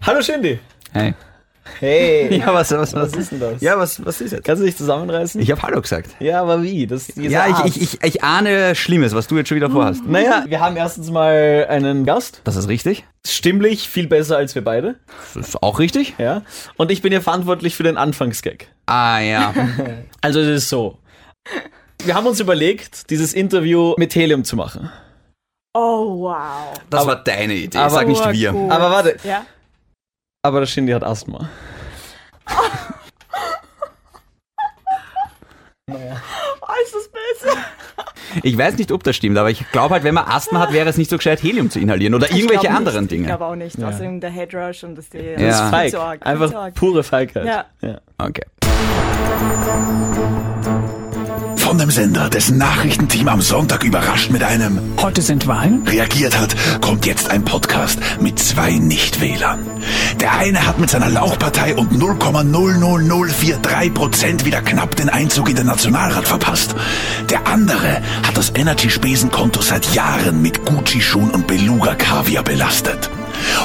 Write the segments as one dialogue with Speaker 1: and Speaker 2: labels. Speaker 1: Hallo Shindy.
Speaker 2: Hey.
Speaker 1: Hey.
Speaker 2: Ja, was, was,
Speaker 1: Was ist denn das?
Speaker 2: Ja, was, was ist jetzt?
Speaker 1: Kannst du dich zusammenreißen?
Speaker 2: Ich habe Hallo gesagt.
Speaker 1: Ja, aber wie? Das dieser
Speaker 2: Ja,
Speaker 1: Arzt. Hm.
Speaker 2: ich, ich, ich, ich ahne Schlimmes, was du jetzt schon wieder vorhast.
Speaker 1: Naja, wir haben erstens mal einen Gast.
Speaker 2: Das ist richtig.
Speaker 1: Stimmlich viel besser als wir beide.
Speaker 2: Das ist auch richtig.
Speaker 1: Ja. Und ich bin ja verantwortlich für den Anfangsgag.
Speaker 2: Ah ja.
Speaker 1: Also es ist so. Wir haben uns überlegt, dieses Interview mit Helium zu machen.
Speaker 3: Oh, wow.
Speaker 2: Das war deine Idee.
Speaker 1: aber-
Speaker 2: Sag nicht wir.
Speaker 3: Urcool.
Speaker 1: Aber warte.
Speaker 3: Ja.
Speaker 1: Aber der Shindy hat Asthma.
Speaker 3: Oh, ist das böse.
Speaker 2: Ich weiß nicht, ob das stimmt, aber ich glaube halt, wenn man Asthma hat, wäre es nicht so gescheit, Helium zu inhalieren oder
Speaker 3: Ich
Speaker 2: irgendwelche
Speaker 3: glaub
Speaker 2: anderen
Speaker 3: nicht. Ich
Speaker 2: Dinge.
Speaker 3: glaube auch nicht. Außerdem der Headrush und das die.
Speaker 2: Ja.
Speaker 1: Das ist
Speaker 3: Viel
Speaker 1: feig.
Speaker 3: zu arg, viel zu
Speaker 1: Einfach
Speaker 3: arg.
Speaker 1: pure Feigheit.
Speaker 3: Ja.
Speaker 2: Okay.
Speaker 4: Von dem Sender, dessen Nachrichtenteam am Sonntag überrascht mit einem
Speaker 5: Heute sind Wahlen.
Speaker 4: reagiert hat, kommt jetzt ein Podcast mit zwei Nichtwählern. Der eine hat mit seiner Lauchpartei und 0,00043 Prozent wieder knapp den Einzug in den Nationalrat verpasst. Der andere hat das Energy-Spesenkonto seit Jahren mit Gucci-Schuhen und Beluga-Kaviar belastet.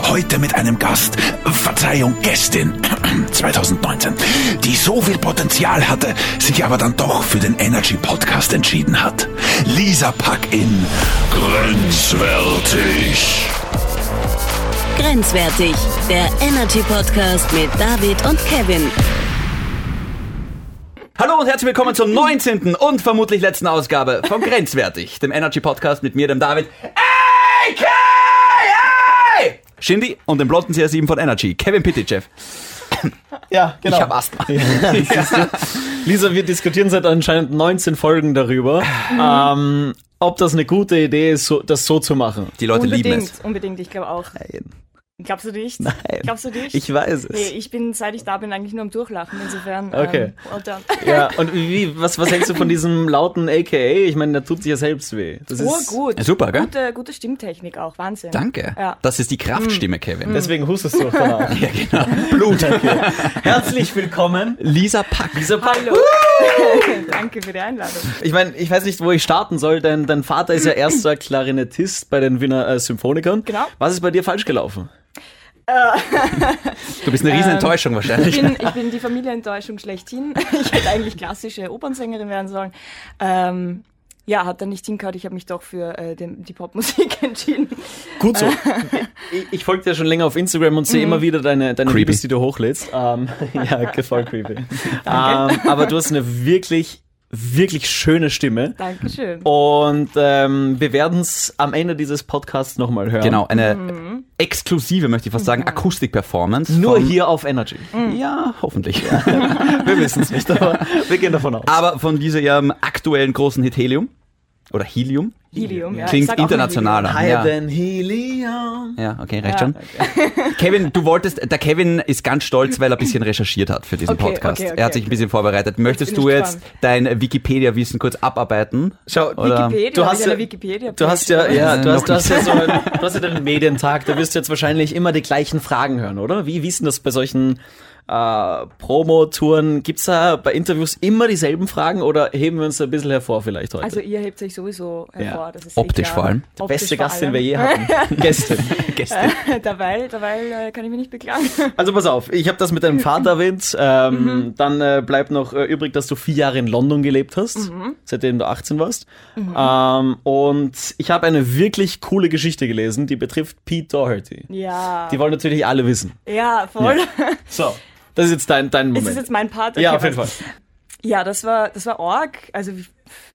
Speaker 4: Heute mit einem Gast, Verzeihung, Gästin, 2019, die so viel Potenzial hatte, sich aber dann doch für den Energy Podcast entschieden hat. Lisa Pack in Grenzwertig.
Speaker 6: Grenzwertig, der Energy Podcast mit David und Kevin.
Speaker 2: Hallo und herzlich willkommen zur 19. und vermutlich letzten Ausgabe von Grenzwertig, dem Energy Podcast mit mir, dem David. AKA! Shindy und dem blonden CR7 von Energy, Kevin Pitychev.
Speaker 1: Ja, genau.
Speaker 2: Ich habe Asthma.
Speaker 1: Lisa, wir diskutieren seit anscheinend 19 Folgen darüber, ähm, ob das eine gute Idee ist, so, das so zu machen.
Speaker 2: Die Leute lieben es.
Speaker 3: Unbedingt, unbedingt. Ich glaube auch. Glaubst du nicht?
Speaker 1: Nein.
Speaker 3: Glaubst du nicht?
Speaker 1: Ich weiß es.
Speaker 3: Nee, ich bin, seit ich da bin, eigentlich nur am Durchlachen. Insofern.
Speaker 1: Okay.
Speaker 3: Ähm, well done.
Speaker 1: Ja, und wie, was, was hältst du von diesem lauten AKA? Ich meine, der tut sich ja selbst weh. Das ist,
Speaker 3: Urgut.
Speaker 2: Super, gell?
Speaker 3: Gute, gute Stimmtechnik auch. Wahnsinn.
Speaker 2: Danke.
Speaker 3: Ja.
Speaker 2: Das ist die Kraftstimme, Kevin.
Speaker 1: Deswegen hustest du auch danach.
Speaker 2: Ja, genau. Blut.
Speaker 1: Herzlich willkommen.
Speaker 2: Lisa Pack.
Speaker 1: Lisa Pack.
Speaker 3: Hallo. Danke für die Einladung.
Speaker 1: Ich meine, ich weiß nicht, wo ich starten soll, denn dein Vater ist ja erster Klarinettist bei den Wiener äh, Symphonikern.
Speaker 3: Genau.
Speaker 1: Was ist bei dir falsch gelaufen?
Speaker 2: Du bist eine riesen Enttäuschung wahrscheinlich.
Speaker 3: Ich bin, ich bin die Familienenttäuschung schlechthin. Ich hätte eigentlich klassische Opernsängerin werden sollen. Ähm, ja, hat dann nicht hingehört. Ich habe mich doch für äh, den, die Popmusik entschieden.
Speaker 1: Gut so. Ich, ich folge dir schon länger auf Instagram und sehe immer wieder deine, deine
Speaker 2: Creepy.
Speaker 1: Videos, die du hochlädst. Ähm, ja, voll creepy. ähm, aber du hast eine wirklich, wirklich schöne Stimme.
Speaker 3: Dankeschön.
Speaker 1: Oh, Und ähm, wir werden es am Ende dieses Podcasts nochmal hören.
Speaker 2: Genau, eine exklusive, möchte ich fast sagen, Akustik-Performance.
Speaker 1: Nur
Speaker 2: von-
Speaker 1: hier auf Energy.
Speaker 2: Mhm. Ja, hoffentlich.
Speaker 1: Wir wissen es nicht, aber wir gehen davon aus.
Speaker 2: Aber von dieser ihrem aktuellen großen Hit Helium. Oder Helium.
Speaker 3: Helium, ja. Ich
Speaker 2: Klingt
Speaker 3: sag auch mal
Speaker 2: internationaler.
Speaker 1: Higher
Speaker 2: Ja.
Speaker 1: than helium.
Speaker 2: ja, okay, reicht schon. Kevin, du wolltest, der Kevin ist ganz stolz, weil er ein bisschen recherchiert hat für diesen
Speaker 3: Okay,
Speaker 2: Podcast.
Speaker 3: okay, okay,
Speaker 2: er hat sich ein bisschen vorbereitet. Möchtest
Speaker 3: bin
Speaker 2: du
Speaker 3: ich
Speaker 2: jetzt dein Wikipedia-Wissen kurz abarbeiten?
Speaker 1: Schau,
Speaker 2: Oder-
Speaker 3: Wikipedia.
Speaker 1: Du
Speaker 3: hab
Speaker 1: hast
Speaker 3: ich
Speaker 1: ja-
Speaker 3: eine Wikipedia.
Speaker 1: Du hast ja, ja,
Speaker 2: Äh,
Speaker 1: du hast,
Speaker 2: noch
Speaker 1: du hast ja so einen, du hast ja den Medientag, da wirst du jetzt wahrscheinlich immer die gleichen Fragen hören, oder? Wie, wie ist denn das bei solchen äh, Promo-Touren? Gibt's da bei Interviews immer dieselben Fragen oder heben wir uns da ein bisschen hervor vielleicht heute?
Speaker 3: Also ihr hebt euch sowieso hervor. Das ist
Speaker 2: Optisch
Speaker 3: eh klar.
Speaker 2: vor allem.
Speaker 3: Optisch
Speaker 1: Beste
Speaker 3: vor
Speaker 1: Gast, den wir
Speaker 3: allem.
Speaker 1: je hatten. Gästin.
Speaker 2: Gestern.
Speaker 3: dabei dabei äh, kann ich mich nicht beklagen.
Speaker 1: Also pass auf, ich habe das mit deinem Vater erwähnt. Ähm,
Speaker 3: Mhm.
Speaker 1: Dann äh, bleibt noch äh, übrig, dass du vier Jahre in London gelebt hast,
Speaker 3: Mhm.
Speaker 1: seitdem du 18 warst. Ähm, und ich habe eine wirklich coole Geschichte gelesen, die betrifft Pete Doherty.
Speaker 3: Ja.
Speaker 1: Die wollen natürlich alle wissen.
Speaker 3: Ja, voll.
Speaker 1: So, das ist jetzt dein, dein
Speaker 3: Ist
Speaker 1: Moment.
Speaker 3: das jetzt mein Part?
Speaker 1: ja,
Speaker 3: Okay,
Speaker 1: auf jeden Fall.
Speaker 3: warte. Ja, das war, das war Org. Also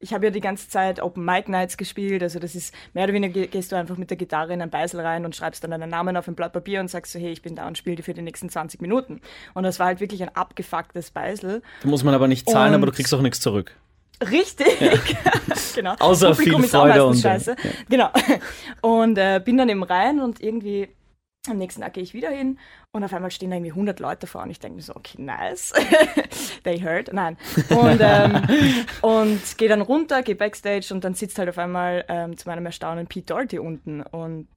Speaker 3: ich habe ja die ganze Zeit Open Mic Nights gespielt. Also das ist mehr oder weniger ge- gehst du einfach mit der Gitarre in ein Beisel rein und schreibst dann deinen Namen auf ein Blatt Papier und sagst so, hey, ich bin da und spiele dir für die nächsten 20 Minuten. Und das war halt wirklich ein abgefucktes Beisel.
Speaker 1: Da muss man aber nicht zahlen,
Speaker 3: Und-
Speaker 1: aber du kriegst auch nichts zurück.
Speaker 3: Richtig. genau.
Speaker 1: Außer
Speaker 3: Publikum
Speaker 1: viel
Speaker 3: ist auch
Speaker 1: Freude
Speaker 3: meistens
Speaker 1: und-
Speaker 3: scheiße. Genau. Und äh, bin dann eben rein und irgendwie am nächsten Tag gehe ich wieder hin und auf einmal stehen da irgendwie 100 Leute vor und ich denke mir so, okay, nice. They heard. Nein. Und, ähm, und gehe dann runter, gehe backstage und dann sitzt halt auf einmal ähm, zu meinem Erstaunen Pete Doherty unten und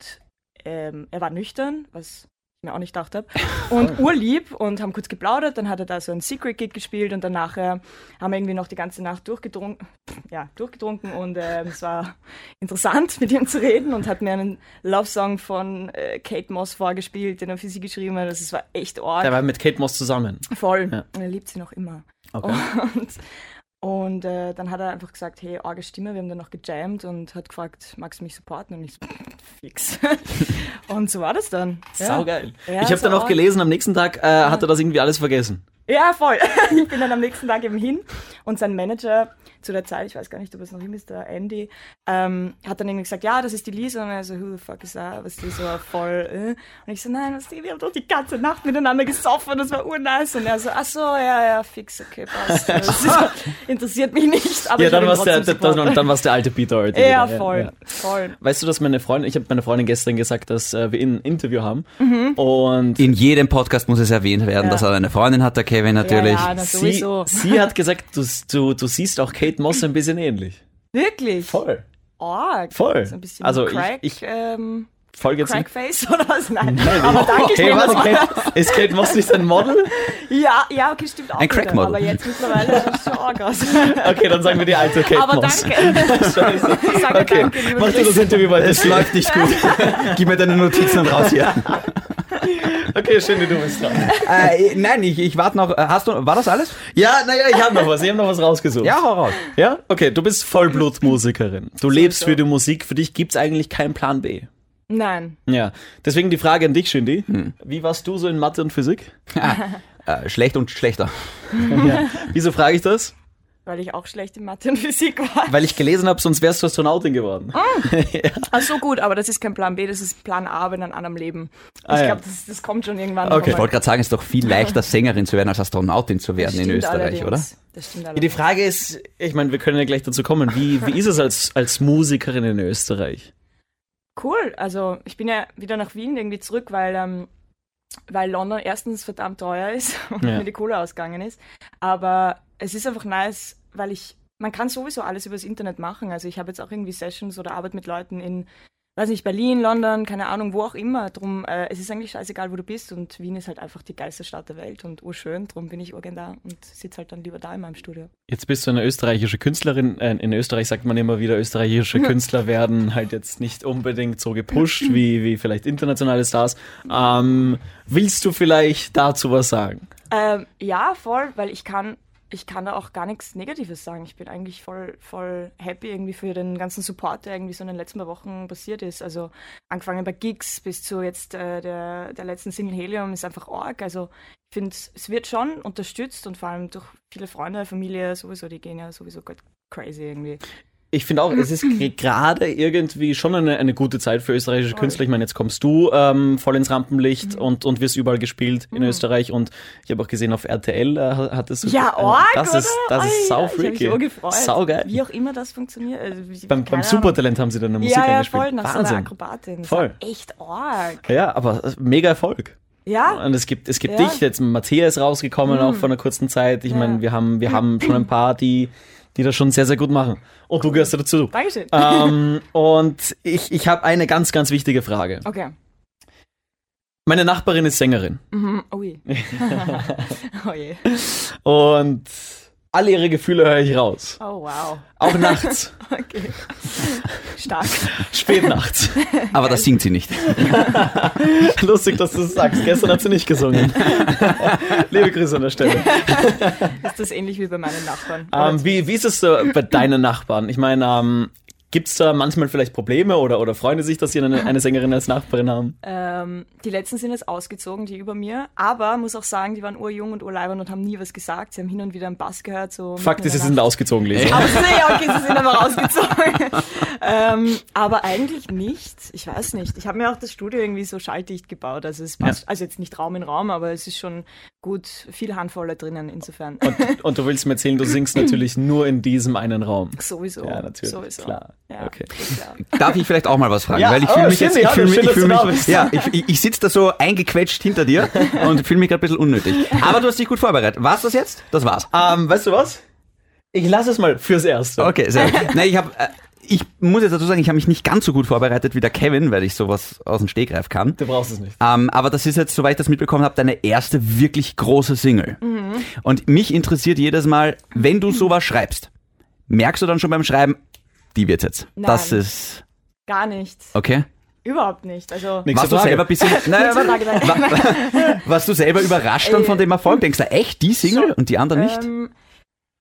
Speaker 3: ähm, er war nüchtern, was mir auch nicht gedacht habe. Und urlieb und haben kurz geplaudert, dann hat er da so ein Secret Gig gespielt und danach äh, haben wir irgendwie noch die ganze Nacht durchgetrunken, ja, durchgetrunken und ähm, es war interessant, mit ihm zu reden und hat mir einen Love-Song von äh, Kate Moss vorgespielt, den er für sie geschrieben hat. Also es war echt
Speaker 1: Der
Speaker 3: arg.
Speaker 1: war mit Kate Moss zusammen.
Speaker 3: Voll.
Speaker 1: Ja.
Speaker 3: Und er liebt sie noch immer.
Speaker 1: Okay.
Speaker 3: Und, und äh, dann hat er einfach gesagt, hey, arge Stimme, wir haben dann noch gejammt und hat gefragt, magst du mich supporten? Und ich so, fix. und so war das dann. Ja.
Speaker 1: Saugeil.
Speaker 3: Ja,
Speaker 1: ich habe dann auch
Speaker 3: saugeil.
Speaker 1: gelesen, am nächsten Tag äh, hat er das irgendwie alles vergessen.
Speaker 3: Ja, voll. Ich bin dann am nächsten Tag eben hin und sein Manager zu der Zeit, ich weiß gar nicht, ob es noch ihm ist, der Andy, ähm, hat dann irgendwie gesagt, ja, das ist die Lisa. Und er so, who the fuck is that? Was die so voll. Äh. Und ich so, nein, was die, wir haben doch die ganze Nacht miteinander gesoffen, das war urnice. Und er so, ach so, ja, ja, fix, okay, passt. Das ist, interessiert mich nicht. Aber
Speaker 1: ja,
Speaker 3: ich
Speaker 1: dann
Speaker 3: hab ihn
Speaker 1: war es der,
Speaker 3: trotzdem
Speaker 1: der, dann,
Speaker 3: supportet.
Speaker 1: dann war's der alte Peter Alter
Speaker 3: Ja,
Speaker 1: wieder,
Speaker 3: voll, voll.
Speaker 1: Weißt du, dass meine Freundin, ich habe meiner Freundin gestern gesagt, dass äh, wir ein Interview haben
Speaker 3: Mhm.
Speaker 1: und
Speaker 2: In jedem Podcast muss es erwähnt werden,
Speaker 3: Ja.
Speaker 2: dass er eine Freundin hat, der Kevin natürlich.
Speaker 3: Ja, ja, na,
Speaker 1: sie,
Speaker 3: sowieso.
Speaker 1: sie hat gesagt, du, du, du siehst auch Kate Moss ein bisschen ähnlich.
Speaker 3: Wirklich?
Speaker 1: Voll.
Speaker 3: Arg.
Speaker 1: Voll.
Speaker 3: So ein bisschen
Speaker 1: Also ich-
Speaker 3: Crack,
Speaker 1: ich-
Speaker 3: ähm,
Speaker 1: Folge jetzt nicht.
Speaker 3: Crackface oder was? Nein. Aber danke
Speaker 1: Hey,
Speaker 3: schön.
Speaker 1: was? Kate, ist Kate Moss nicht ein Model?
Speaker 3: Ja, ja, okay, stimmt auch.
Speaker 2: Ein
Speaker 3: wieder,
Speaker 2: Crackmodel.
Speaker 3: Aber jetzt mittlerweile ist es schon arg aus.
Speaker 1: Okay, dann sagen wir die alte Kate
Speaker 3: aber
Speaker 1: Moss.
Speaker 3: danke.
Speaker 1: Scheiße.
Speaker 3: Sage
Speaker 1: Okay,
Speaker 3: danke, lieber
Speaker 1: mach du das
Speaker 3: Chris.
Speaker 1: Interview weiter.
Speaker 2: Es läuft nicht gut. Gib mir deine Notizen raus hier.
Speaker 1: Okay, Shindy, du bist dran.
Speaker 2: äh, nein, ich, ich warte noch. äh, Hast du, war das alles?
Speaker 1: Ja, naja, ich habe noch was. Ich habe noch was rausgesucht.
Speaker 2: Ja, hau raus.
Speaker 1: Ja? Okay, du bist Vollblutmusikerin. Du lebst für die Musik. Für dich gibt's eigentlich keinen Plan B.
Speaker 3: Nein.
Speaker 1: Ja. Deswegen die Frage an dich, Shindy. Wie warst du so in Mathe und Physik?
Speaker 2: Äh, schlecht und schlechter.
Speaker 1: Wieso frage ich das?
Speaker 3: Weil ich auch schlecht in Mathe und Physik war.
Speaker 1: Weil ich gelesen habe, sonst wärst du Astronautin geworden.
Speaker 3: Ach so, gut, aber das ist kein Plan B, das ist Plan A, aber in einem anderen Leben. Ich
Speaker 1: Ah, ja.
Speaker 3: glaube, das, das kommt schon irgendwann.
Speaker 1: Okay.
Speaker 2: Ich wollte gerade sagen, es ist doch viel leichter, Sängerin zu werden, als Astronautin zu werden in Österreich, oder?
Speaker 3: Das stimmt
Speaker 1: Die
Speaker 3: allerdings.
Speaker 1: Frage ist, ich meine, wir können ja gleich dazu kommen. Wie, wie ist es als, als Musikerin in Österreich?
Speaker 3: Cool, also ich bin ja wieder nach Wien irgendwie zurück, weil, ähm, weil London erstens verdammt teuer ist und
Speaker 1: Ja.
Speaker 3: mir die Kohle ausgegangen ist. Aber es ist einfach nice, weil ich, man kann sowieso alles übers Internet machen. Also ich habe jetzt auch irgendwie Sessions oder Arbeit mit Leuten in, weiß nicht, Berlin, London, keine Ahnung, wo auch immer. Drum, äh, es ist eigentlich scheißegal, wo du bist und Wien ist halt einfach die geilste Stadt der Welt und urschön. Drum bin ich urgern da und sitze halt dann lieber da in meinem Studio.
Speaker 1: Jetzt bist du eine österreichische Künstlerin. Äh, In Österreich sagt man immer wieder, österreichische Künstler werden halt jetzt nicht unbedingt so gepusht wie, wie vielleicht internationale Stars. Ähm, willst du vielleicht dazu was sagen?
Speaker 3: Ähm, ja, voll, weil ich kann, ich kann da auch gar nichts Negatives sagen. Ich bin eigentlich voll, voll happy irgendwie für den ganzen Support, der irgendwie so in den letzten paar Wochen passiert ist. Also angefangen bei Gigs bis zu jetzt äh, der, der letzten Single Helium ist einfach arg. Also ich finde, es wird schon unterstützt und vor allem durch viele Freunde, Familie sowieso, die gehen ja sowieso grad crazy irgendwie.
Speaker 1: Ich finde auch, es ist ge- gerade irgendwie schon eine, eine gute Zeit für österreichische Künstler. Ich meine, jetzt kommst du ähm, voll ins Rampenlicht
Speaker 3: Mhm.
Speaker 1: und, und wirst überall gespielt in Österreich. Und ich habe auch gesehen, auf RTL äh, hat es.
Speaker 3: Ja,
Speaker 1: äh,
Speaker 3: arg,
Speaker 1: das
Speaker 3: oder?
Speaker 1: ist, das ist
Speaker 3: Ai,
Speaker 1: sau
Speaker 3: ja, ich hab mich
Speaker 1: freaky.
Speaker 3: so gefreut.
Speaker 1: Saugeil.
Speaker 3: Wie auch immer das funktioniert. Also, wie-
Speaker 1: Beim, beim
Speaker 3: keine Ahnung.
Speaker 1: Supertalent haben sie dann eine Musik
Speaker 3: Ja, ja,
Speaker 1: eingespielt.
Speaker 3: voll, nach so einer
Speaker 1: Wahnsinn.
Speaker 3: Akrobatin. Das
Speaker 1: Voll.
Speaker 3: war Echt arg.
Speaker 1: ja, aber äh, mega Erfolg.
Speaker 3: Ja,
Speaker 1: Und es gibt, es gibt
Speaker 3: Ja. Mhm.
Speaker 1: dich, jetzt Matthias rausgekommen, auch vor einer kurzen Zeit. Ich
Speaker 3: Ja.
Speaker 1: meine, wir haben, wir haben schon ein paar, die, die das schon sehr, sehr gut machen. Und du gehörst dazu.
Speaker 3: Dankeschön.
Speaker 1: Ähm, und ich, ich habe eine ganz, ganz wichtige Frage.
Speaker 3: Okay.
Speaker 1: Meine Nachbarin ist Sängerin
Speaker 3: Mhm. Ui. oh je.
Speaker 1: und alle ihre Gefühle höre ich raus.
Speaker 3: Oh wow.
Speaker 1: Auch nachts,
Speaker 3: Okay. Stark.
Speaker 1: spät nachts.
Speaker 2: Aber das singt sie nicht.
Speaker 1: Lustig, dass du das sagst. Gestern hat sie nicht gesungen. Liebe Grüße an der Stelle.
Speaker 3: Ist das ähnlich wie bei meinen Nachbarn?
Speaker 1: Ähm, wie, wie ist es so bei deinen Nachbarn? Ich meine, ähm, gibt es da manchmal vielleicht Probleme oder, oder freuen die sich, dass sie eine, eine Sängerin als Nachbarin haben?
Speaker 3: Ähm, die letzten sind jetzt ausgezogen, die über mir. Aber muss auch sagen, die waren urjung und urleibern und haben nie was gesagt. Sie haben hin und wieder einen Bass gehört. So
Speaker 1: Fakt ist,
Speaker 3: mitten
Speaker 1: sie
Speaker 3: in der
Speaker 1: sind
Speaker 3: Nacht.
Speaker 1: ausgezogen, Lisa.
Speaker 3: Aber sie- ja, okay, sie sind aber rausgezogen. ähm, aber eigentlich nicht. Ich weiß nicht. Ich habe mir auch das Studio irgendwie so schalldicht gebaut. Also es passt, also jetzt nicht Raum in Raum, aber es ist schon gut viel handvoller drinnen insofern.
Speaker 1: Und, und du willst mir erzählen, du singst natürlich nur in diesem einen Raum.
Speaker 3: Sowieso.
Speaker 1: Ja, natürlich,
Speaker 3: Sowieso.
Speaker 1: klar.
Speaker 3: Ja,
Speaker 1: Okay.
Speaker 3: ist klar.
Speaker 2: Darf ich vielleicht auch mal was fragen?
Speaker 1: Ja,
Speaker 2: Weil ich
Speaker 1: oh,
Speaker 2: fühle mich
Speaker 1: schön,
Speaker 2: jetzt,
Speaker 1: ja,
Speaker 2: ich fühle mich,
Speaker 1: schön,
Speaker 2: ich
Speaker 1: dass
Speaker 2: fühle
Speaker 1: du da
Speaker 2: mich,
Speaker 1: bist.
Speaker 2: ja, ich, ich, ich sitze da so eingequetscht hinter dir und fühle mich gerade ein bisschen unnötig. Aber du hast dich gut vorbereitet. War's das jetzt? Das war's.
Speaker 1: Ähm, weißt du was? Ich lasse es mal fürs Erste.
Speaker 2: Okay, sehr gut. Nein, ich habe äh, ich muss jetzt dazu sagen, ich habe mich nicht ganz so gut vorbereitet wie der Kevin, weil ich sowas aus dem Stegreif kann.
Speaker 1: Du brauchst es nicht.
Speaker 2: Ähm, aber das ist jetzt, soweit ich das mitbekommen habe, deine erste wirklich große Single.
Speaker 3: Mhm.
Speaker 2: Und mich interessiert jedes Mal, wenn du sowas schreibst, merkst du dann schon beim Schreiben, die wird jetzt.
Speaker 3: Nein.
Speaker 2: Das ist
Speaker 3: Gar nichts.
Speaker 2: okay.
Speaker 3: Überhaupt nicht. Also,
Speaker 1: Nix.
Speaker 2: Warst du
Speaker 1: Frage.
Speaker 2: selber ein bisschen, naja,
Speaker 3: Nächste Frage,
Speaker 2: wa-
Speaker 3: nein.
Speaker 2: warst du selber überrascht dann von dem Erfolg? Denkst du, echt die Single und die anderen nicht?
Speaker 3: Ähm,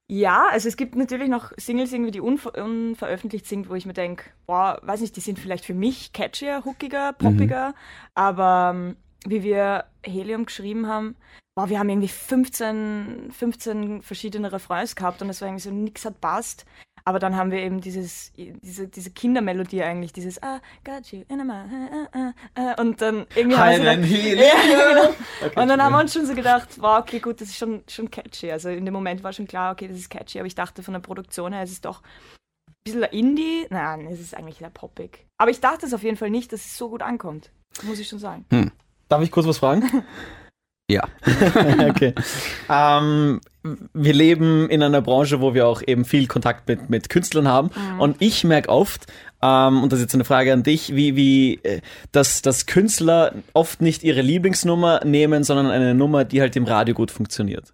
Speaker 3: ja, also es gibt natürlich noch Singles irgendwie, die unver unveröffentlicht sind, wo ich mir denke, boah, weiß nicht, die sind vielleicht für mich catchier, hookiger, poppiger, aber ähm, wie wir Helium geschrieben haben, boah, wir haben irgendwie 15, 15 verschiedene Refrains gehabt und das war irgendwie so, nix hat passt. Aber dann haben wir eben dieses, diese, diese Kindermelodie eigentlich, dieses ah, got you in my, ah, ah, ah, und also dann irgendwie haben wir so gedacht- ja, genau. Und dann haben wir uns schon so gedacht, wow, okay, gut, das ist schon, schon catchy. Also in dem Moment war schon klar, okay, das ist catchy, aber ich dachte von der Produktion her, es ist doch ein bisschen Indie. Nein, es ist eigentlich sehr poppig. Aber ich dachte es auf jeden Fall nicht, dass es so gut ankommt. Muss ich schon sagen.
Speaker 1: Darf ich kurz was fragen?
Speaker 2: Ja.
Speaker 1: okay. Ähm, wir leben in einer Branche, wo wir auch eben viel Kontakt mit, mit Künstlern haben.
Speaker 3: Mhm.
Speaker 1: Und ich merke oft, ähm, und das ist jetzt eine Frage an dich, wie, wie, äh, dass, dass Künstler oft nicht ihre Lieblingsnummer nehmen, sondern eine Nummer, die halt im Radio gut funktioniert.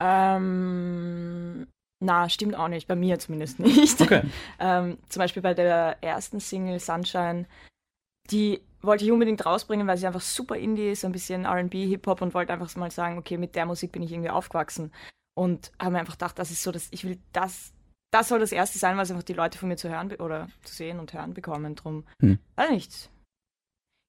Speaker 3: Ähm, na, stimmt auch nicht. Bei mir zumindest nicht.
Speaker 1: Okay.
Speaker 3: Ähm, zum Beispiel bei der ersten Single Sunshine, die wollte ich unbedingt rausbringen, weil sie einfach super Indie ist, so ein bisschen RB, Hip-Hop und wollte einfach mal sagen, okay, mit der Musik bin ich irgendwie aufgewachsen. Und habe mir einfach gedacht, das ist so, dass ich will das, das soll das erste sein, was einfach die Leute von mir zu hören be- oder zu sehen und hören bekommen. Drum.
Speaker 2: Hm.
Speaker 3: Weiß nicht.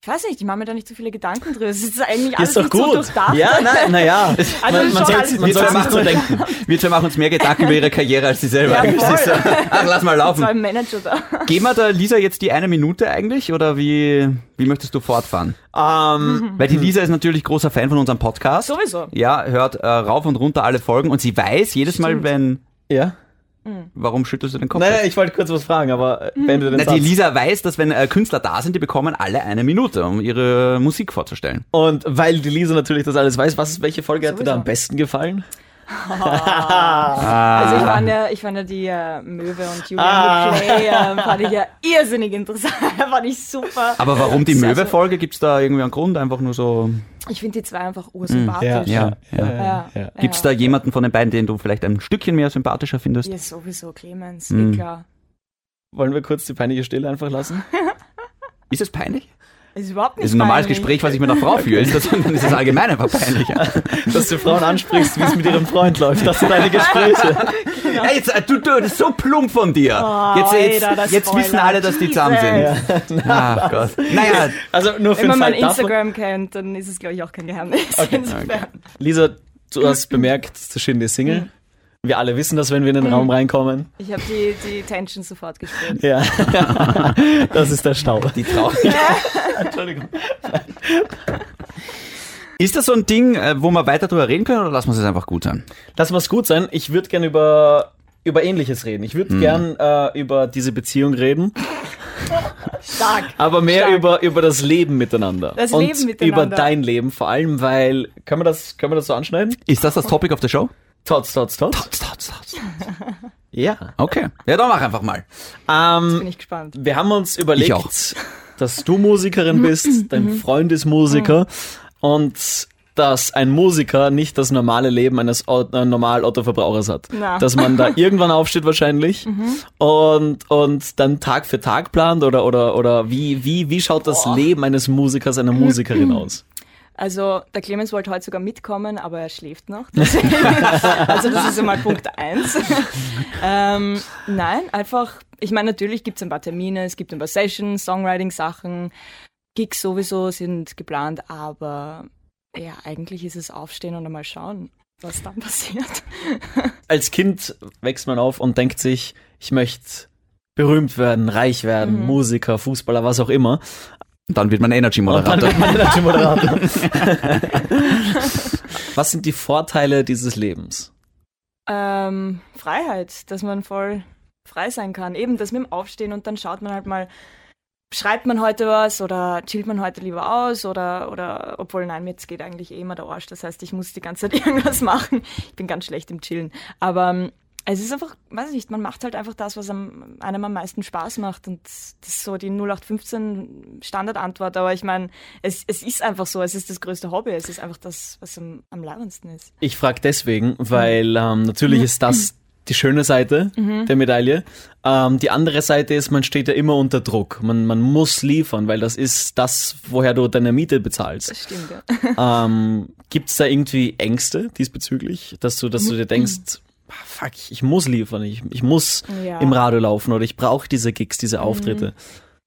Speaker 3: Ich weiß nicht, ich mache mir da nicht so viele Gedanken drüber. Es ist eigentlich alles
Speaker 1: Ist doch
Speaker 3: nicht so
Speaker 1: gut.
Speaker 3: durchdacht. Also
Speaker 1: ja, nein, naja. man man
Speaker 3: schon
Speaker 1: soll
Speaker 3: alles-
Speaker 1: man
Speaker 2: Wir zwei,
Speaker 1: soll's nicht
Speaker 2: machen,
Speaker 1: so denken.
Speaker 2: wir zwei machen uns mehr Gedanken über ihre Karriere als sie selber.
Speaker 3: Ja, voll.
Speaker 2: Das ist so, ach, lass mal
Speaker 3: Das war
Speaker 2: laufen.
Speaker 3: ein Manager da.
Speaker 2: Geben wir der Lisa jetzt die eine Minute eigentlich oder wie, wie möchtest du fortfahren?
Speaker 1: Ähm,
Speaker 3: Mhm.
Speaker 2: Weil die Lisa ist natürlich großer Fan von unserem Podcast.
Speaker 3: Sowieso.
Speaker 2: Ja, hört äh, rauf und runter alle Folgen und sie weiß jedes Mal, wenn.
Speaker 1: ja.
Speaker 2: Warum schüttelst du den Kopf?
Speaker 1: Nein, nein, ich wollte kurz was fragen, aber äh, beende den
Speaker 2: Na, die
Speaker 1: Satz.
Speaker 2: Lisa weiß, dass wenn äh, Künstler da sind, die bekommen alle eine Minute, um ihre Musik vorzustellen.
Speaker 1: Und weil die Lisa natürlich das alles weiß, was welche Folge hat dir da
Speaker 3: Sowieso.
Speaker 1: am besten gefallen?
Speaker 3: Also
Speaker 2: Ah.
Speaker 3: ich fand ja, ich fand ja die äh, Möwe und Julian
Speaker 1: Ah.
Speaker 3: ah. Play, ähm, fand ich ja irrsinnig interessant, fand ich super.
Speaker 2: Aber warum die
Speaker 3: Also-
Speaker 2: Möwe-Folge? Gibt's da irgendwie einen Grund? Einfach nur so.
Speaker 3: Ich finde die zwei einfach ursympathisch.
Speaker 2: ja, ja.
Speaker 3: Ja, ja.
Speaker 2: Gibt's da jemanden von den beiden, den du vielleicht ein Stückchen mehr sympathischer findest?
Speaker 3: Ja, sowieso, Clemens,
Speaker 2: Mhm.
Speaker 3: eh klar.
Speaker 1: Wollen wir kurz die peinliche Stille einfach lassen?
Speaker 2: Ist es peinlich?
Speaker 3: Ist überhaupt nicht
Speaker 2: Ist ein normales
Speaker 3: peinlich.
Speaker 2: Gespräch, was ich mit einer Frau führe. Ist das, dann ist das allgemein einfach peinlich. Ja.
Speaker 1: dass du Frauen ansprichst, wie es mit ihrem Freund läuft. Das sind deine Gespräche.
Speaker 2: Ja, jetzt, äh, du, du, das ist so plump von dir.
Speaker 3: Oh,
Speaker 2: jetzt jetzt,
Speaker 3: Alter, das
Speaker 2: jetzt wissen
Speaker 3: Spoiler.
Speaker 2: alle, dass die zusammen sind. Ach Gott. Naja,
Speaker 1: Also nur für
Speaker 3: Wenn man
Speaker 1: den
Speaker 3: mein
Speaker 1: Fall davon.
Speaker 3: Instagram kennt, dann ist es, glaube ich, auch kein Geheimnis. Insofern.
Speaker 1: Lisa, du hast bemerkt, Shindy ist
Speaker 3: Hm.
Speaker 1: Single. Wir alle wissen das, wenn wir in den Raum reinkommen.
Speaker 3: Ich habe die, die Tension sofort gespürt.
Speaker 1: Ja. Das ist der Stau.
Speaker 2: die Traurigkeit.
Speaker 1: Entschuldigung.
Speaker 2: Ist das so ein Ding, äh, wo wir weiter drüber reden können oder lassen wir es jetzt einfach gut sein?
Speaker 1: Lass mal's gut sein. Ich würde gern über, über Ähnliches reden. Ich würde gern äh, über diese Beziehung reden,
Speaker 3: Stark.
Speaker 1: aber mehr
Speaker 3: Stark.
Speaker 1: über, über das Leben miteinander.
Speaker 3: Das
Speaker 1: Und
Speaker 3: Leben miteinander.
Speaker 1: über dein Leben vor allem, weil, können wir das, können wir das so anschneiden?
Speaker 2: Ist das das Topic of the Show?
Speaker 1: Tots, tots, tots. Ja.
Speaker 2: Okay. Ja, dann mach einfach mal.
Speaker 1: Ähm,
Speaker 3: Bin ich gespannt.
Speaker 1: wir haben uns überlegt,
Speaker 2: Ich auch.
Speaker 1: dass du Musikerin bist, dein
Speaker 3: Mhm.
Speaker 1: Freund ist Musiker und dass ein Musiker nicht das normale Leben eines Au- äh, normal Autoverbrauchers hat.
Speaker 3: Na. Mhm.
Speaker 1: Dass man da irgendwann aufsteht wahrscheinlich und, und dann Tag für Tag plant oder, oder, oder wie, wie, wie schaut das Leben eines Musikers,
Speaker 3: Mhm.
Speaker 1: einer Musikerin aus?
Speaker 3: Also, der Clemens wollte heute sogar mitkommen, aber er schläft noch. also, das ist einmal Punkt eins. ähm, nein, einfach, ich meine, natürlich gibt es ein paar Termine, es gibt ein paar Sessions, Songwriting-Sachen, Gigs sowieso sind geplant, aber ja, eigentlich ist es aufstehen und einmal schauen, was dann passiert.
Speaker 1: Als Kind wächst man auf und denkt sich, ich möchte berühmt werden, reich werden, Musiker, Fußballer, was auch immer.
Speaker 2: Dann wird man
Speaker 1: Und
Speaker 2: Energy-Moderator.
Speaker 1: dann wird man der Moderator. Was sind die Vorteile dieses Lebens?
Speaker 3: Ähm, Freiheit, dass man voll frei sein kann. Eben das mit dem Aufstehen und dann schaut man halt mal, schreibt man heute was oder chillt man heute lieber aus oder, oder obwohl nein, mir jetzt geht eigentlich eh immer der Arsch. Das heißt, ich muss die ganze Zeit irgendwas machen. Ich bin ganz schlecht im Chillen. Aber ähm, Es ist einfach, weiß ich nicht, man macht halt einfach das, was am, einem am meisten Spaß macht. Und das ist so die 0815 Standardantwort. Aber ich meine, es, es ist einfach so, es ist das größte Hobby. Es ist einfach das, was am, am labendsten ist.
Speaker 1: Ich frage deswegen, weil ähm, natürlich ist das die schöne Seite der Medaille. Ähm, die andere Seite ist, man steht ja immer unter Druck. Man, man muss liefern, weil das ist das, woher du deine Miete bezahlst.
Speaker 3: Das stimmt, ja.
Speaker 1: Ähm, Gibt es da irgendwie Ängste diesbezüglich, dass du, dass du dir denkst, "Ah, fuck, ich muss liefern, ich, ich muss
Speaker 3: Ja.
Speaker 1: im Radio laufen oder ich brauche diese Gigs, diese Auftritte.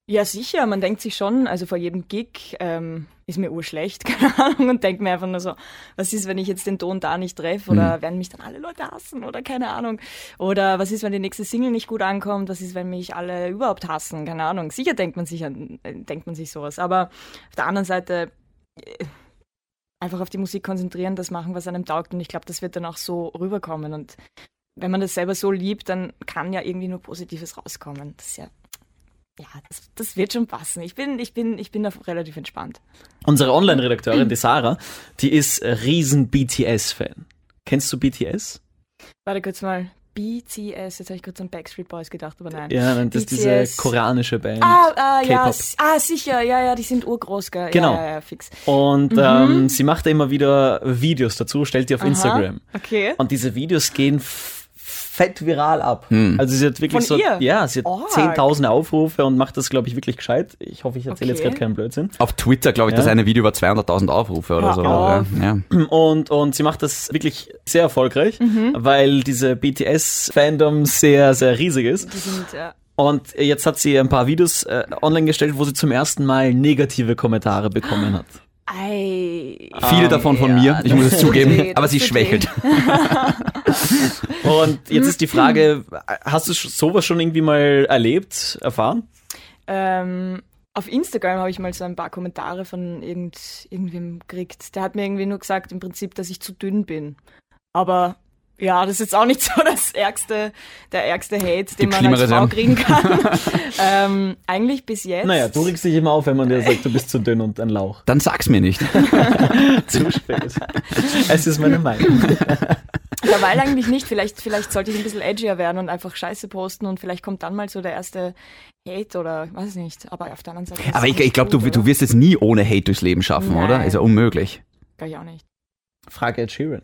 Speaker 3: Ja, sicher. Man denkt sich schon, also vor jedem Gig ähm, ist mir urschlecht, keine Ahnung, und denkt mir einfach nur so, was ist, wenn ich jetzt den Ton da nicht treffe oder werden mich dann alle Leute hassen oder keine Ahnung. Oder was ist, wenn die nächste Single nicht gut ankommt, was ist, wenn mich alle überhaupt hassen, keine Ahnung. Sicher denkt man sich, an, äh, denkt man sich sowas. Aber auf der anderen Seite äh, einfach auf die Musik konzentrieren, das machen, was einem taugt. Und ich glaube, das wird dann auch so rüberkommen. Und wenn man das selber so liebt, dann kann ja irgendwie nur Positives rauskommen. Das ist ja ja, das, das wird schon passen. Ich bin, ich bin, ich bin da relativ entspannt.
Speaker 1: Unsere Online-Redakteurin, die Sarah, die ist riesen BTS-Fan. Kennst du BTS?
Speaker 3: Warte kurz mal. BTS, jetzt habe ich kurz an Backstreet Boys gedacht, aber nein.
Speaker 1: Ja, nein, das ist diese
Speaker 3: BTS.
Speaker 1: koreanische Band.
Speaker 3: Ah, äh, ja,
Speaker 1: K-Pop.
Speaker 3: s- ah, sicher, ja, ja, die sind urgroß, gell?
Speaker 1: Genau.
Speaker 3: Ja, ja, ja, fix.
Speaker 1: Und
Speaker 3: Mhm.
Speaker 1: ähm, sie macht da immer wieder Videos dazu, stellt die auf Instagram.
Speaker 3: Okay.
Speaker 1: Und diese Videos gehen f- fett viral ab. Also sie hat wirklich
Speaker 3: Von
Speaker 1: so,
Speaker 3: ihr?
Speaker 1: ja, sie hat
Speaker 3: Org.
Speaker 1: 10.000 Aufrufe und macht das, glaube ich, wirklich gescheit. Ich hoffe, ich erzähle jetzt
Speaker 3: Okay.
Speaker 1: gerade keinen Blödsinn.
Speaker 2: Auf Twitter, glaube ich, das
Speaker 1: Ja.
Speaker 2: eine Video über 200.000 Aufrufe oder
Speaker 3: Hör
Speaker 2: so.
Speaker 3: auf.
Speaker 2: Ja.
Speaker 1: Und, und sie macht das wirklich sehr erfolgreich,
Speaker 3: Mhm.
Speaker 1: weil diese BTS-Fandom sehr, sehr riesig ist.
Speaker 3: Die sind, äh,
Speaker 1: Und jetzt hat sie ein paar Videos äh, online gestellt, wo sie zum ersten Mal negative Kommentare bekommen hat.
Speaker 3: ei.
Speaker 2: Viele davon von mir, ich muss es
Speaker 3: Ah, das
Speaker 2: zugeben,
Speaker 3: tut weh,
Speaker 2: aber
Speaker 3: das
Speaker 2: sie
Speaker 3: eh tut
Speaker 2: schwächelt.
Speaker 1: Und jetzt ist die Frage, hast du sch- sowas schon irgendwie mal erlebt, erfahren?
Speaker 3: Ähm, auf Instagram habe ich mal so ein paar Kommentare von irgend, irgendwem gekriegt. Der hat mir irgendwie nur gesagt, im Prinzip, dass ich zu dünn bin. Aber ja, das ist jetzt auch nicht so das ärgste, der ärgste Hate,
Speaker 2: Gibt
Speaker 3: den man als
Speaker 2: Schlimmeres,
Speaker 3: Frau
Speaker 2: ja.
Speaker 3: kriegen kann. ähm, eigentlich bis jetzt.
Speaker 1: Naja, du regst dich immer auf, wenn man dir sagt, du bist zu dünn und ein Lauch.
Speaker 2: Dann sag's mir nicht.
Speaker 1: Zu spät. es ist meine Meinung.
Speaker 3: Derweil eigentlich nicht. Vielleicht, vielleicht sollte ich ein bisschen edgier werden und einfach Scheiße posten und vielleicht kommt dann mal so der erste Hate oder weiß nicht. Aber auf der anderen Seite. ist
Speaker 2: Aber
Speaker 3: es
Speaker 2: ich,
Speaker 3: nicht
Speaker 2: ich glaube, du,
Speaker 3: gut,
Speaker 2: du
Speaker 3: oder?
Speaker 2: wirst es nie ohne Hate durchs Leben schaffen,
Speaker 3: Nein.
Speaker 2: oder? Ist ja unmöglich.
Speaker 3: Glaub ich auch nicht.
Speaker 1: Frag Ed Sheeran.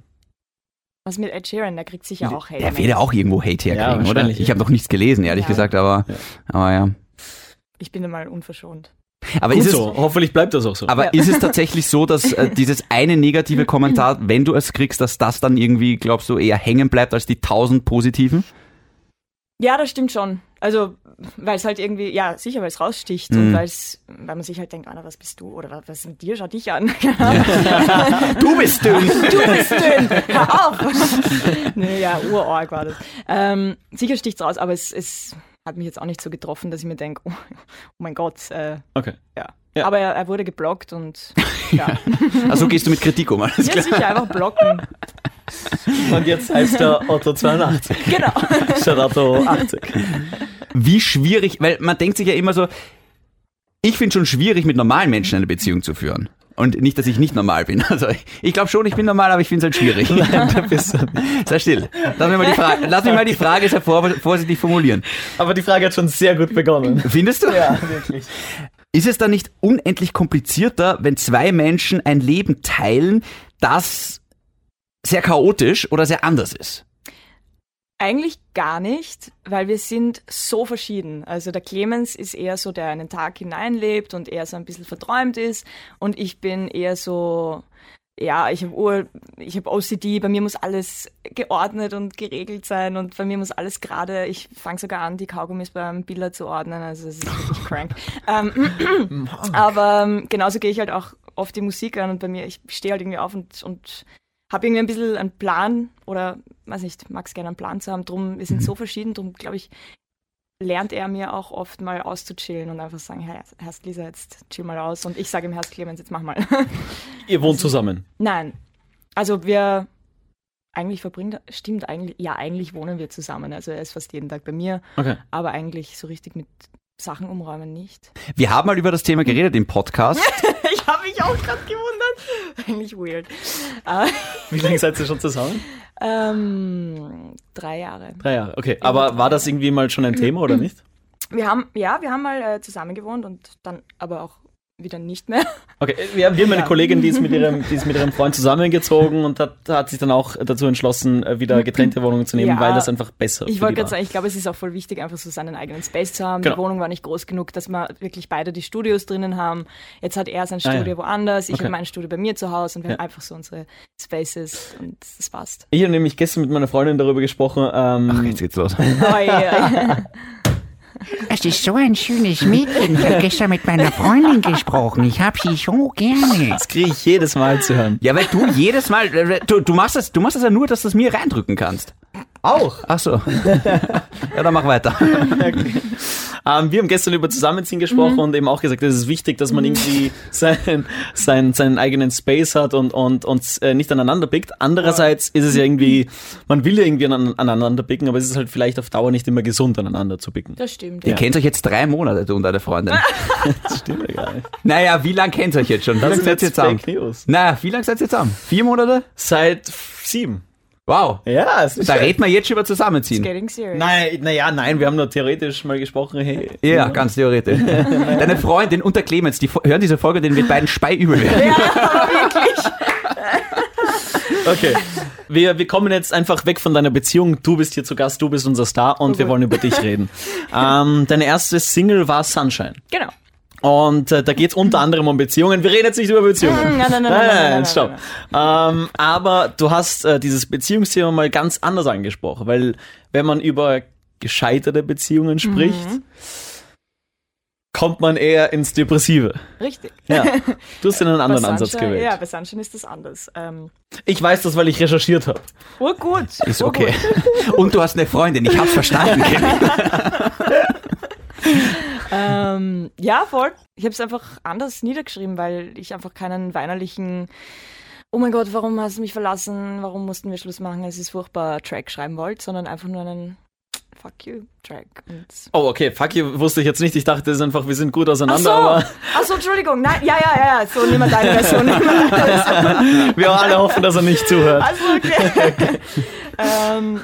Speaker 3: Was mit Ed Sheeran? Der kriegt sicher auch Hate. ne?
Speaker 2: Der wird ja auch irgendwo Hate herkriegen, oder?
Speaker 1: wahrscheinlich,
Speaker 2: Ich
Speaker 1: ja.
Speaker 2: habe noch nichts gelesen, ehrlich
Speaker 3: Ja.
Speaker 2: gesagt, aber
Speaker 1: Ja.
Speaker 2: ja. Aber, ja.
Speaker 3: Ich bin da mal unverschont.
Speaker 2: aber
Speaker 1: Gut
Speaker 2: ist es,
Speaker 1: so. Hoffentlich bleibt das auch so.
Speaker 2: Aber ist es tatsächlich so, dass äh, dieses eine negative Kommentar, wenn du es kriegst, dass das dann irgendwie, glaubst du, eher hängen bleibt als die tausend positiven?
Speaker 3: Ja, das stimmt schon. Also, weil es halt irgendwie, ja, sicher, weil es raussticht
Speaker 2: Mhm.
Speaker 3: und weil's, weil man sich halt denkt, Anna, was bist du? Oder was- was ist mit dir? Schau dich an. Genau.
Speaker 2: Du bist dünn!
Speaker 3: du bist dünn! Hör auf! nee, ja, urorg war das. Ähm, sicher sticht's raus, aber es, es hat mich jetzt auch nicht so getroffen, dass ich mir denke, oh, oh mein Gott, äh,
Speaker 1: Okay.
Speaker 3: ja.
Speaker 1: Ja.
Speaker 3: Aber er, er wurde geblockt und ja.
Speaker 2: Also gehst du mit Kritik um, alles
Speaker 3: ja,
Speaker 2: klar.
Speaker 3: sicher, einfach blocken.
Speaker 1: Und jetzt heißt er Otto 82
Speaker 3: Genau.
Speaker 1: statt Otto 80.
Speaker 2: Wie schwierig, weil man denkt sich ja immer so, ich finde schon schwierig, mit normalen Menschen eine Beziehung zu führen. Und nicht, dass ich nicht normal bin. Also ich glaube schon, ich bin normal, aber ich finde es halt schwierig.
Speaker 1: Nein, da bist du nicht.
Speaker 2: Sei still. Lass mich mal die Frage, lass mich mal die Frage sehr vor, vorsichtig formulieren.
Speaker 1: Aber die Frage hat schon sehr gut begonnen.
Speaker 2: Findest du?
Speaker 1: Ja, wirklich.
Speaker 2: Ist es dann nicht unendlich komplizierter, wenn zwei Menschen ein Leben teilen, das sehr chaotisch oder sehr anders ist?
Speaker 3: Eigentlich gar nicht, weil wir sind so verschieden. Also der Clemens ist eher so, der einen Tag hineinlebt und eher so ein bisschen verträumt ist. Und ich bin eher so, ja, ich habe Ur, ich habe OCD, bei mir muss alles geordnet und geregelt sein und bei mir muss alles gerade, ich fange sogar an, die Kaugummis beim Biller zu ordnen, also es ist wirklich crank. Ähm, aber ähm, genauso gehe ich halt auch oft die Musik an und bei mir, ich stehe halt irgendwie auf und, und habe irgendwie ein bisschen einen Plan oder weiß nicht, mag es gerne einen Plan zu haben. Drum, wir sind so verschieden, drum glaube ich, lernt er mir auch oft mal auszuchillen und einfach sagen, hey, Herst Lisa, jetzt chill mal aus. Und ich sage ihm, Herst Clemens, jetzt mach mal.
Speaker 1: Ihr wohnt zusammen.
Speaker 3: Nein. Also wir eigentlich verbringen, stimmt eigentlich, ja, eigentlich wohnen wir zusammen. Also er ist fast jeden Tag bei mir,
Speaker 1: Okay.
Speaker 3: aber eigentlich so richtig mit Sachen umräumen nicht.
Speaker 2: Wir haben mal über das Thema geredet im Podcast.
Speaker 3: habe ich auch gerade gewundert. Eigentlich weird. Äh,
Speaker 1: Wie lange seid ihr schon zusammen?
Speaker 3: ähm, drei Jahre.
Speaker 1: Drei Jahre, okay. Aber war das irgendwie mal schon ein Thema oder nicht?
Speaker 3: Wir haben, ja, wir haben mal äh, zusammen gewohnt und dann aber auch wieder nicht mehr.
Speaker 1: Okay, wir haben wir haben eine Kollegin, die ist, mit ihrem, die ist mit ihrem Freund zusammengezogen und hat, hat sich dann auch dazu entschlossen, äh, wieder getrennte Wohnungen zu nehmen,
Speaker 3: Ja.
Speaker 1: weil das einfach besser
Speaker 3: Ich
Speaker 1: für die
Speaker 3: wollte gerade
Speaker 1: war.
Speaker 3: sagen, ich glaube, es ist auch voll wichtig, einfach so seinen eigenen Space zu haben.
Speaker 1: Genau.
Speaker 3: Die Wohnung war nicht groß genug, dass wir wirklich beide die Studios drinnen haben. Jetzt hat er sein
Speaker 1: Ah, ja.
Speaker 3: Studio woanders, ich
Speaker 1: Okay.
Speaker 3: habe mein Studio bei mir zu Hause und wir
Speaker 1: Ja.
Speaker 3: haben einfach so unsere Spaces und das passt.
Speaker 1: Ich habe nämlich gestern mit meiner Freundin darüber gesprochen. Ähm,
Speaker 2: Ach, jetzt geht's los.
Speaker 3: Oh, ja.
Speaker 5: Es ist so ein schönes Mädchen. Ich habe gestern mit meiner Freundin gesprochen. Ich habe sie so gerne.
Speaker 1: Das kriege ich jedes Mal zu hören.
Speaker 2: Ja, weil du jedes Mal, äh, du, du machst das, du machst das ja nur, dass du es mir reindrücken kannst. Auch. Ach so. ja, dann mach weiter.
Speaker 1: Ähm, wir haben gestern über Zusammenziehen gesprochen und eben auch gesagt, es ist wichtig, dass man irgendwie seinen, seinen, seinen eigenen Space hat und, und, und äh, nicht aneinander pickt. Andererseits ist es ja Mhm. irgendwie, man will ja irgendwie an, aneinander picken, aber es ist halt vielleicht auf Dauer nicht immer gesund, aneinander zu picken.
Speaker 3: Das stimmt.
Speaker 2: Ihr kennt euch jetzt drei Monate, du und deine Freundin.
Speaker 1: Das stimmt ja gar nicht.
Speaker 2: Naja, wie lang kennt ihr euch jetzt schon? Wie
Speaker 1: Das
Speaker 2: lang
Speaker 1: sind
Speaker 2: seid ihr
Speaker 1: jetzt
Speaker 2: zusammen?
Speaker 1: Fake News.
Speaker 2: Naja, wie lang seid ihr zusammen? Vier Monate?
Speaker 1: Seit sieben.
Speaker 2: Wow.
Speaker 1: Ja, es ist
Speaker 2: Da reden wir jetzt schon über Zusammenziehen.
Speaker 3: Getting serious.
Speaker 1: Nein, naja, nein, wir haben nur theoretisch mal gesprochen. Hey,
Speaker 2: Ja, ganz theoretisch. Deine Freundin und der Clemens, die fo- hören diese Folge, denen wird beiden Spei übel werden.
Speaker 1: Okay. Wir, wir kommen jetzt einfach weg von deiner Beziehung. Du bist hier zu Gast, du bist unser Star und wir wollen über dich reden. ähm, deine erste Single war Sunshine.
Speaker 3: Genau.
Speaker 1: Und äh, da geht es unter anderem um Beziehungen. Wir reden jetzt nicht über Beziehungen.
Speaker 3: Nein, nein, nein, nein, nein, nein, nein,
Speaker 1: stopp. Ähm, aber du hast äh, dieses Beziehungsthema mal ganz anders angesprochen, weil wenn man über gescheiterte Beziehungen spricht,
Speaker 3: Mhm.
Speaker 1: kommt man eher ins Depressive.
Speaker 3: Richtig.
Speaker 1: Ja, du hast einen anderen
Speaker 3: Bei
Speaker 1: Ansatz
Speaker 3: Sunshine-
Speaker 1: gewählt.
Speaker 3: Ja, bei Sunshine ist das anders. Ähm,
Speaker 1: Ich weiß das, weil ich recherchiert habe.
Speaker 3: urgut.
Speaker 2: Ist okay. Und du hast eine Freundin, ich hab's verstanden.
Speaker 3: Ähm, ja, voll. Ich habe es einfach anders niedergeschrieben, weil ich einfach keinen weinerlichen Oh mein Gott, warum hast du mich verlassen? Warum mussten wir Schluss machen? Es ist furchtbar Track schreiben wollte, sondern einfach nur einen Fuck you Track. Und
Speaker 1: Oh, okay, fuck you, wusste ich jetzt nicht. Ich dachte, es ist einfach, wir sind gut
Speaker 3: Ach so,
Speaker 1: auseinander, aber
Speaker 3: ach so, Entschuldigung. Nein, ja, ja, ja, ja. So, nimm mal deine Version. nimm mal deine Version.
Speaker 1: wir alle hoffen, dass er nicht zuhört.
Speaker 3: Also, okay. ähm,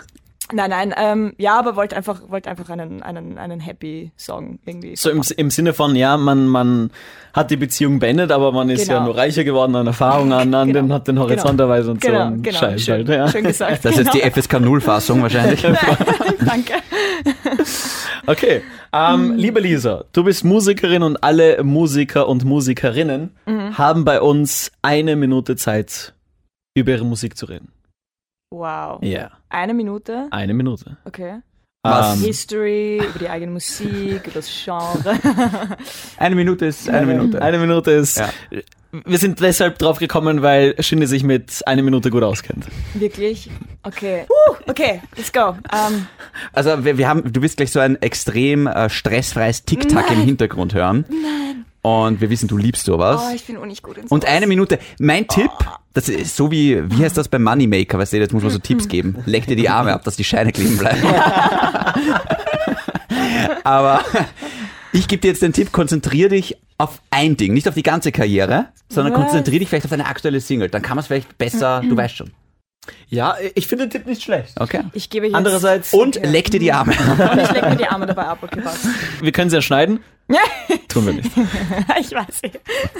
Speaker 3: nein, nein, ähm, ja, aber wollte einfach, wollte einfach einen, einen, einen happy Song irgendwie.
Speaker 1: So im, im Sinne von, ja, man, man hat die Beziehung beendet, aber man ist
Speaker 3: Genau.
Speaker 1: ja nur reicher geworden an Erfahrung, an, an den,
Speaker 3: Genau.
Speaker 1: hat den Horizont
Speaker 3: Genau.
Speaker 1: erweitert und so.
Speaker 3: genau,
Speaker 1: ein
Speaker 3: genau.
Speaker 1: Scheiß halt,
Speaker 3: schön,
Speaker 1: ja.
Speaker 3: schön gesagt. Genau.
Speaker 2: Das ist die FSK 0-Fassung wahrscheinlich.
Speaker 3: Danke.
Speaker 1: Okay,
Speaker 3: Mhm.
Speaker 1: ähm, liebe Lisa, du bist Musikerin und alle Musiker und Musikerinnen
Speaker 3: Mhm.
Speaker 1: haben bei uns eine Minute Zeit, über ihre Musik zu reden.
Speaker 3: Wow.
Speaker 1: Ja,
Speaker 3: Eine Minute.
Speaker 2: Ah.
Speaker 1: eine Minute.
Speaker 3: Okay.
Speaker 2: Was?
Speaker 1: Ähm,
Speaker 3: History, über die eigene Musik, über das Genre.
Speaker 2: Eine Minute ist eine Minute.
Speaker 1: Eine Minute ist.
Speaker 2: Ja.
Speaker 1: Wir sind deshalb drauf gekommen, weil Shindy sich mit einer Minute gut auskennt.
Speaker 3: Wirklich? Okay. Uh, okay, let's go. Ähm,
Speaker 2: Also wir, wir haben, du wirst gleich so ein extrem äh, stressfreies Tick-Tack im Hintergrund hören. Nein. Und wir wissen, du liebst sowas.
Speaker 3: oh, ich Oh. bin unig gut in
Speaker 2: und
Speaker 3: sowas.
Speaker 2: eine Minute. Mein Tipp, das ist so wie, wie heißt das beim Moneymaker, weißt du, jetzt muss man so Tipps geben. Leck dir die Arme ab, dass die Scheine kleben bleiben. Aber ich gebe dir jetzt den Tipp, konzentrier dich auf ein Ding, nicht auf die ganze Karriere, sondern
Speaker 3: Was?
Speaker 2: konzentrier dich vielleicht auf deine aktuelle Single. Dann kann man es vielleicht besser, du weißt schon.
Speaker 1: Ja, ich finde den Tipp nicht schlecht.
Speaker 2: Okay.
Speaker 3: Ich gebe jetzt.
Speaker 1: Andererseits,
Speaker 2: Und
Speaker 3: Okay.
Speaker 2: leck dir die Arme.
Speaker 3: Und ich leg mir die Arme dabei ab. Okay, passt.
Speaker 1: wir können es ja schneiden. Tun wir nicht.
Speaker 3: ich weiß nicht.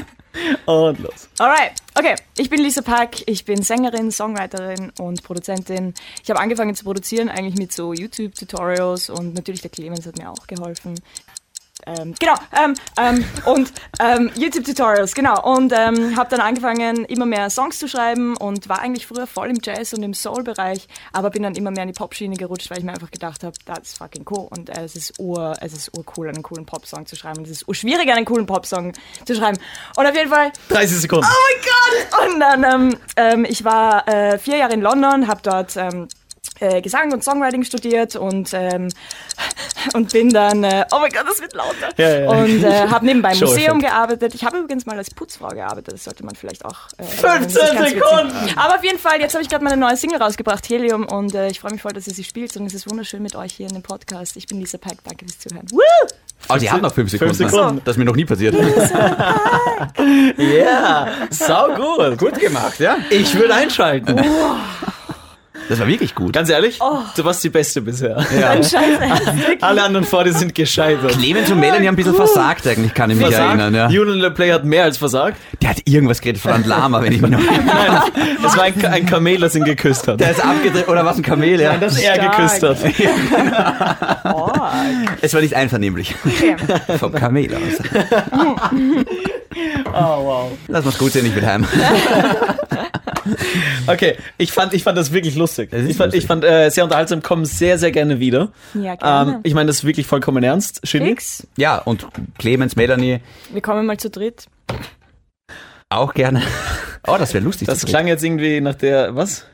Speaker 1: Und los.
Speaker 3: Alright, okay. Ich bin Lisa Park. Ich bin Sängerin, Songwriterin und Produzentin. Ich habe angefangen zu produzieren, eigentlich mit so YouTube-Tutorials und natürlich der Clemens hat mir auch geholfen. Ähm, genau, ähm, ähm, und ähm, YouTube-Tutorials, genau. Und ähm, habe dann angefangen, immer mehr Songs zu schreiben und war eigentlich früher voll im Jazz und im Soul-Bereich, aber bin dann immer mehr in die Popschiene gerutscht, weil ich mir einfach gedacht habe, das ist fucking cool und äh, es ist ur, es ist urcool, einen coolen Popsong zu schreiben. Und es ist urschwierig, einen coolen Popsong zu schreiben. Und auf jeden Fall
Speaker 1: 30 Sekunden.
Speaker 3: Oh mein Gott! Und dann, ähm, ähm, ich war äh, vier Jahre in London, habe dort ähm, äh, Gesang und Songwriting studiert und, ähm, und bin dann, äh, oh mein Gott, das wird lauter.
Speaker 1: Ja, ja.
Speaker 3: Und äh, habe nebenbei im
Speaker 1: Show
Speaker 3: Museum
Speaker 1: Effect.
Speaker 3: gearbeitet. Ich habe übrigens mal als Putzfrau gearbeitet, das sollte man vielleicht auch. Äh,
Speaker 1: 15
Speaker 3: erwähnen. Das ist ganz
Speaker 1: Sekunden!
Speaker 3: witzig. Aber auf jeden Fall, jetzt habe ich gerade meine neue Single rausgebracht, Helium, und äh, ich freue mich voll, dass ihr sie spielt und es ist wunderschön mit euch hier in dem Podcast. Ich bin Lisa Peck, danke fürs Zuhören. Woo!
Speaker 2: Aber Oh, sie haben noch fünf Sekunden.
Speaker 1: Fünf Sekunden.
Speaker 2: Das ist mir noch nie passiert.
Speaker 1: Ja, sau gut. Gut gemacht,
Speaker 2: ja.
Speaker 1: Ich würde einschalten.
Speaker 3: Oh.
Speaker 2: Das war wirklich gut.
Speaker 1: Ganz ehrlich, du warst die Beste bisher.
Speaker 3: Scheiße.
Speaker 1: Alle anderen vor dir sind gescheitert.
Speaker 2: Clemens und Melanie haben ein bisschen versagt eigentlich, kann ich mich erinnern. Ja.
Speaker 1: Julian LePlay hat mehr als versagt.
Speaker 2: Der hat irgendwas geredet von einem Lama, wenn ich mich noch...
Speaker 1: Es war ein, Ka- ein Kamel, das ihn geküsst hat.
Speaker 2: Der ist abgedreht, oder was, ein Kamel, ja? genau.
Speaker 1: das er
Speaker 3: Stark.
Speaker 1: geküsst hat.
Speaker 2: Es war nicht einvernehmlich. Vom Kamel aus. oh, wow.
Speaker 3: Oh,
Speaker 2: Lass mal's gut sehen, ich will heim.
Speaker 1: Okay, ich fand, ich fand das wirklich lustig.
Speaker 2: ist
Speaker 1: ich fand,
Speaker 2: lustig.
Speaker 1: ich fand äh, sehr unterhaltsam, kommen sehr, sehr gerne wieder. Ähm,
Speaker 3: Ja, gerne.
Speaker 1: ich meine das ist wirklich vollkommen ernst. Shindy?
Speaker 3: Fix,
Speaker 2: Ja, und Clemens, Melanie
Speaker 3: wir kommen mal zu dritt.
Speaker 2: auch gerne. Oh, das wäre lustig.
Speaker 1: Das
Speaker 2: zu
Speaker 1: klang jetzt irgendwie nach der. Was?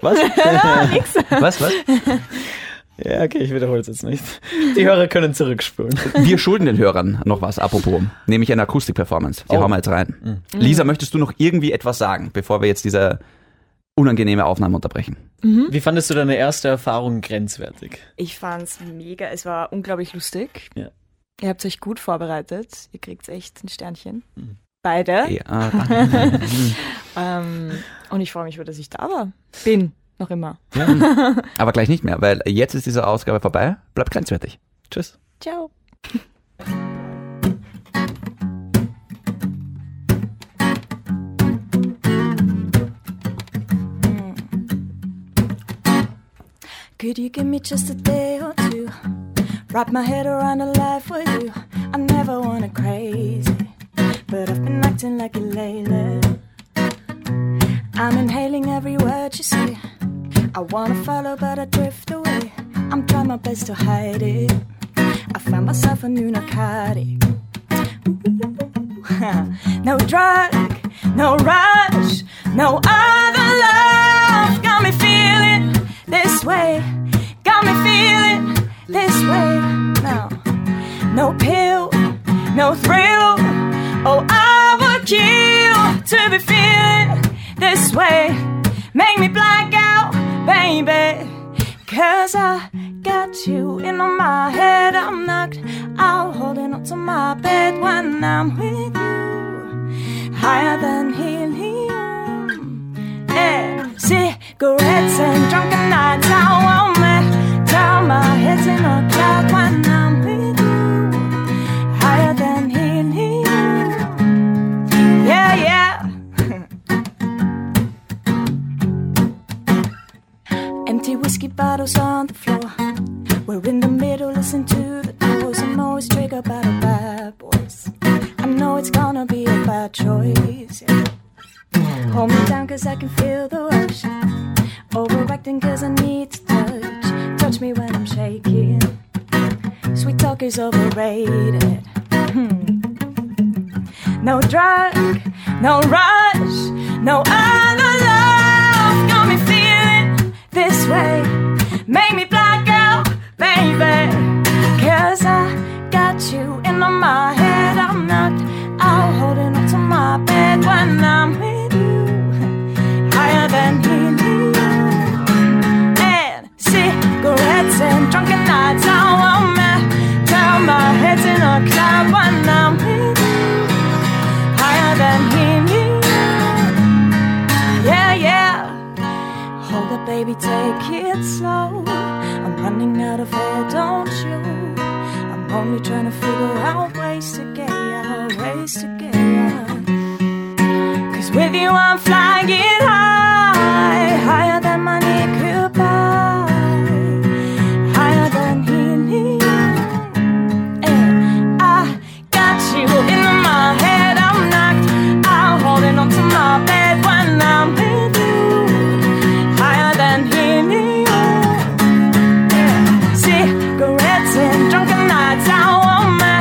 Speaker 1: Was?
Speaker 2: reden. Was, was?
Speaker 1: Ja, okay, ich wiederhole es jetzt nicht. Die Hörer können zurückspulen.
Speaker 2: Wir schulden den Hörern noch was, apropos. Nämlich eine Akustik-Performance. Die hauen wir jetzt rein. Lisa, möchtest du noch irgendwie etwas sagen, bevor wir jetzt diese unangenehme Aufnahme unterbrechen?
Speaker 1: Wie fandest du deine erste Erfahrung grenzwertig?
Speaker 3: Ich fand's mega, es war unglaublich lustig.
Speaker 1: Ja.
Speaker 3: Ihr habt euch gut vorbereitet, ihr kriegt echt ein Sternchen. Beide.
Speaker 2: Ja,
Speaker 3: Ähm, und ich freue mich, über, dass ich da war. Bin, noch immer.
Speaker 2: aber gleich nicht mehr, weil jetzt ist diese Ausgabe vorbei. Bleibt grenzwertig. Tschüss.
Speaker 3: Ciao. Hmm. Could you give me just a day or two? Wrap my head around a life with you. I never wanna crazy, but I've been acting like it lately. I'm inhaling every word you say. I wanna follow, but I drift away. I'm trying my best to hide it. I found myself a new narcotic. no drug, no rush, no other love. Got me feeling this way. Got me feeling this way. No, no pill, no thrill. Oh, I would kill to be feeling this way. Make me black out, baby. Cause I got you in my head. I'm knocked out, holding on to my bed when I'm with you. Higher than helium. Eh, cigarettes and drunken nights. I won't let down my head's in a cloud when I'm with you. Higher than helium. Yeah, yeah. Empty whiskey bottles on the floor. We're in the middle, listen to the doors. I'm always triggered by the bad boys. I know it's gonna be a bad choice. yeah. Hold me down cause I can feel the rush. Overacting cause I need to touch. Touch me when I'm shaking. Sweet talk is overrated. No drug, no rush, no other love. Got me feeling this way. Make me black out, baby. Cause I got you in my head. I'm not out holding on to my bed when I'm with you. Higher than helium and cigarettes and drunken nights. I won't tell my head's in a cloud when I'm with you, higher than him. Yeah, yeah. Hold up, baby, take it slow. I'm running out of air, don't you? I'm only trying to figure out ways to get ya, ways to get ya. Cause with you I'm flying high, higher than my knee could buy, higher than helium. And Eh, I got you in my head, I'm knocked out, holding on to my bed when I'm with you, higher than helium. Cigarettes and drunken nights. I want my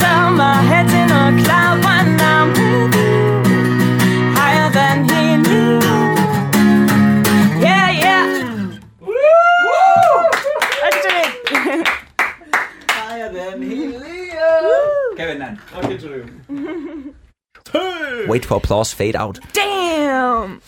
Speaker 3: turn my head's in a cloud when I'm with you. Higher than helium.
Speaker 1: werden
Speaker 2: Kevin, nein.
Speaker 1: Okay, Entschuldigung.
Speaker 2: Wait for applause, fade out.
Speaker 3: Damn!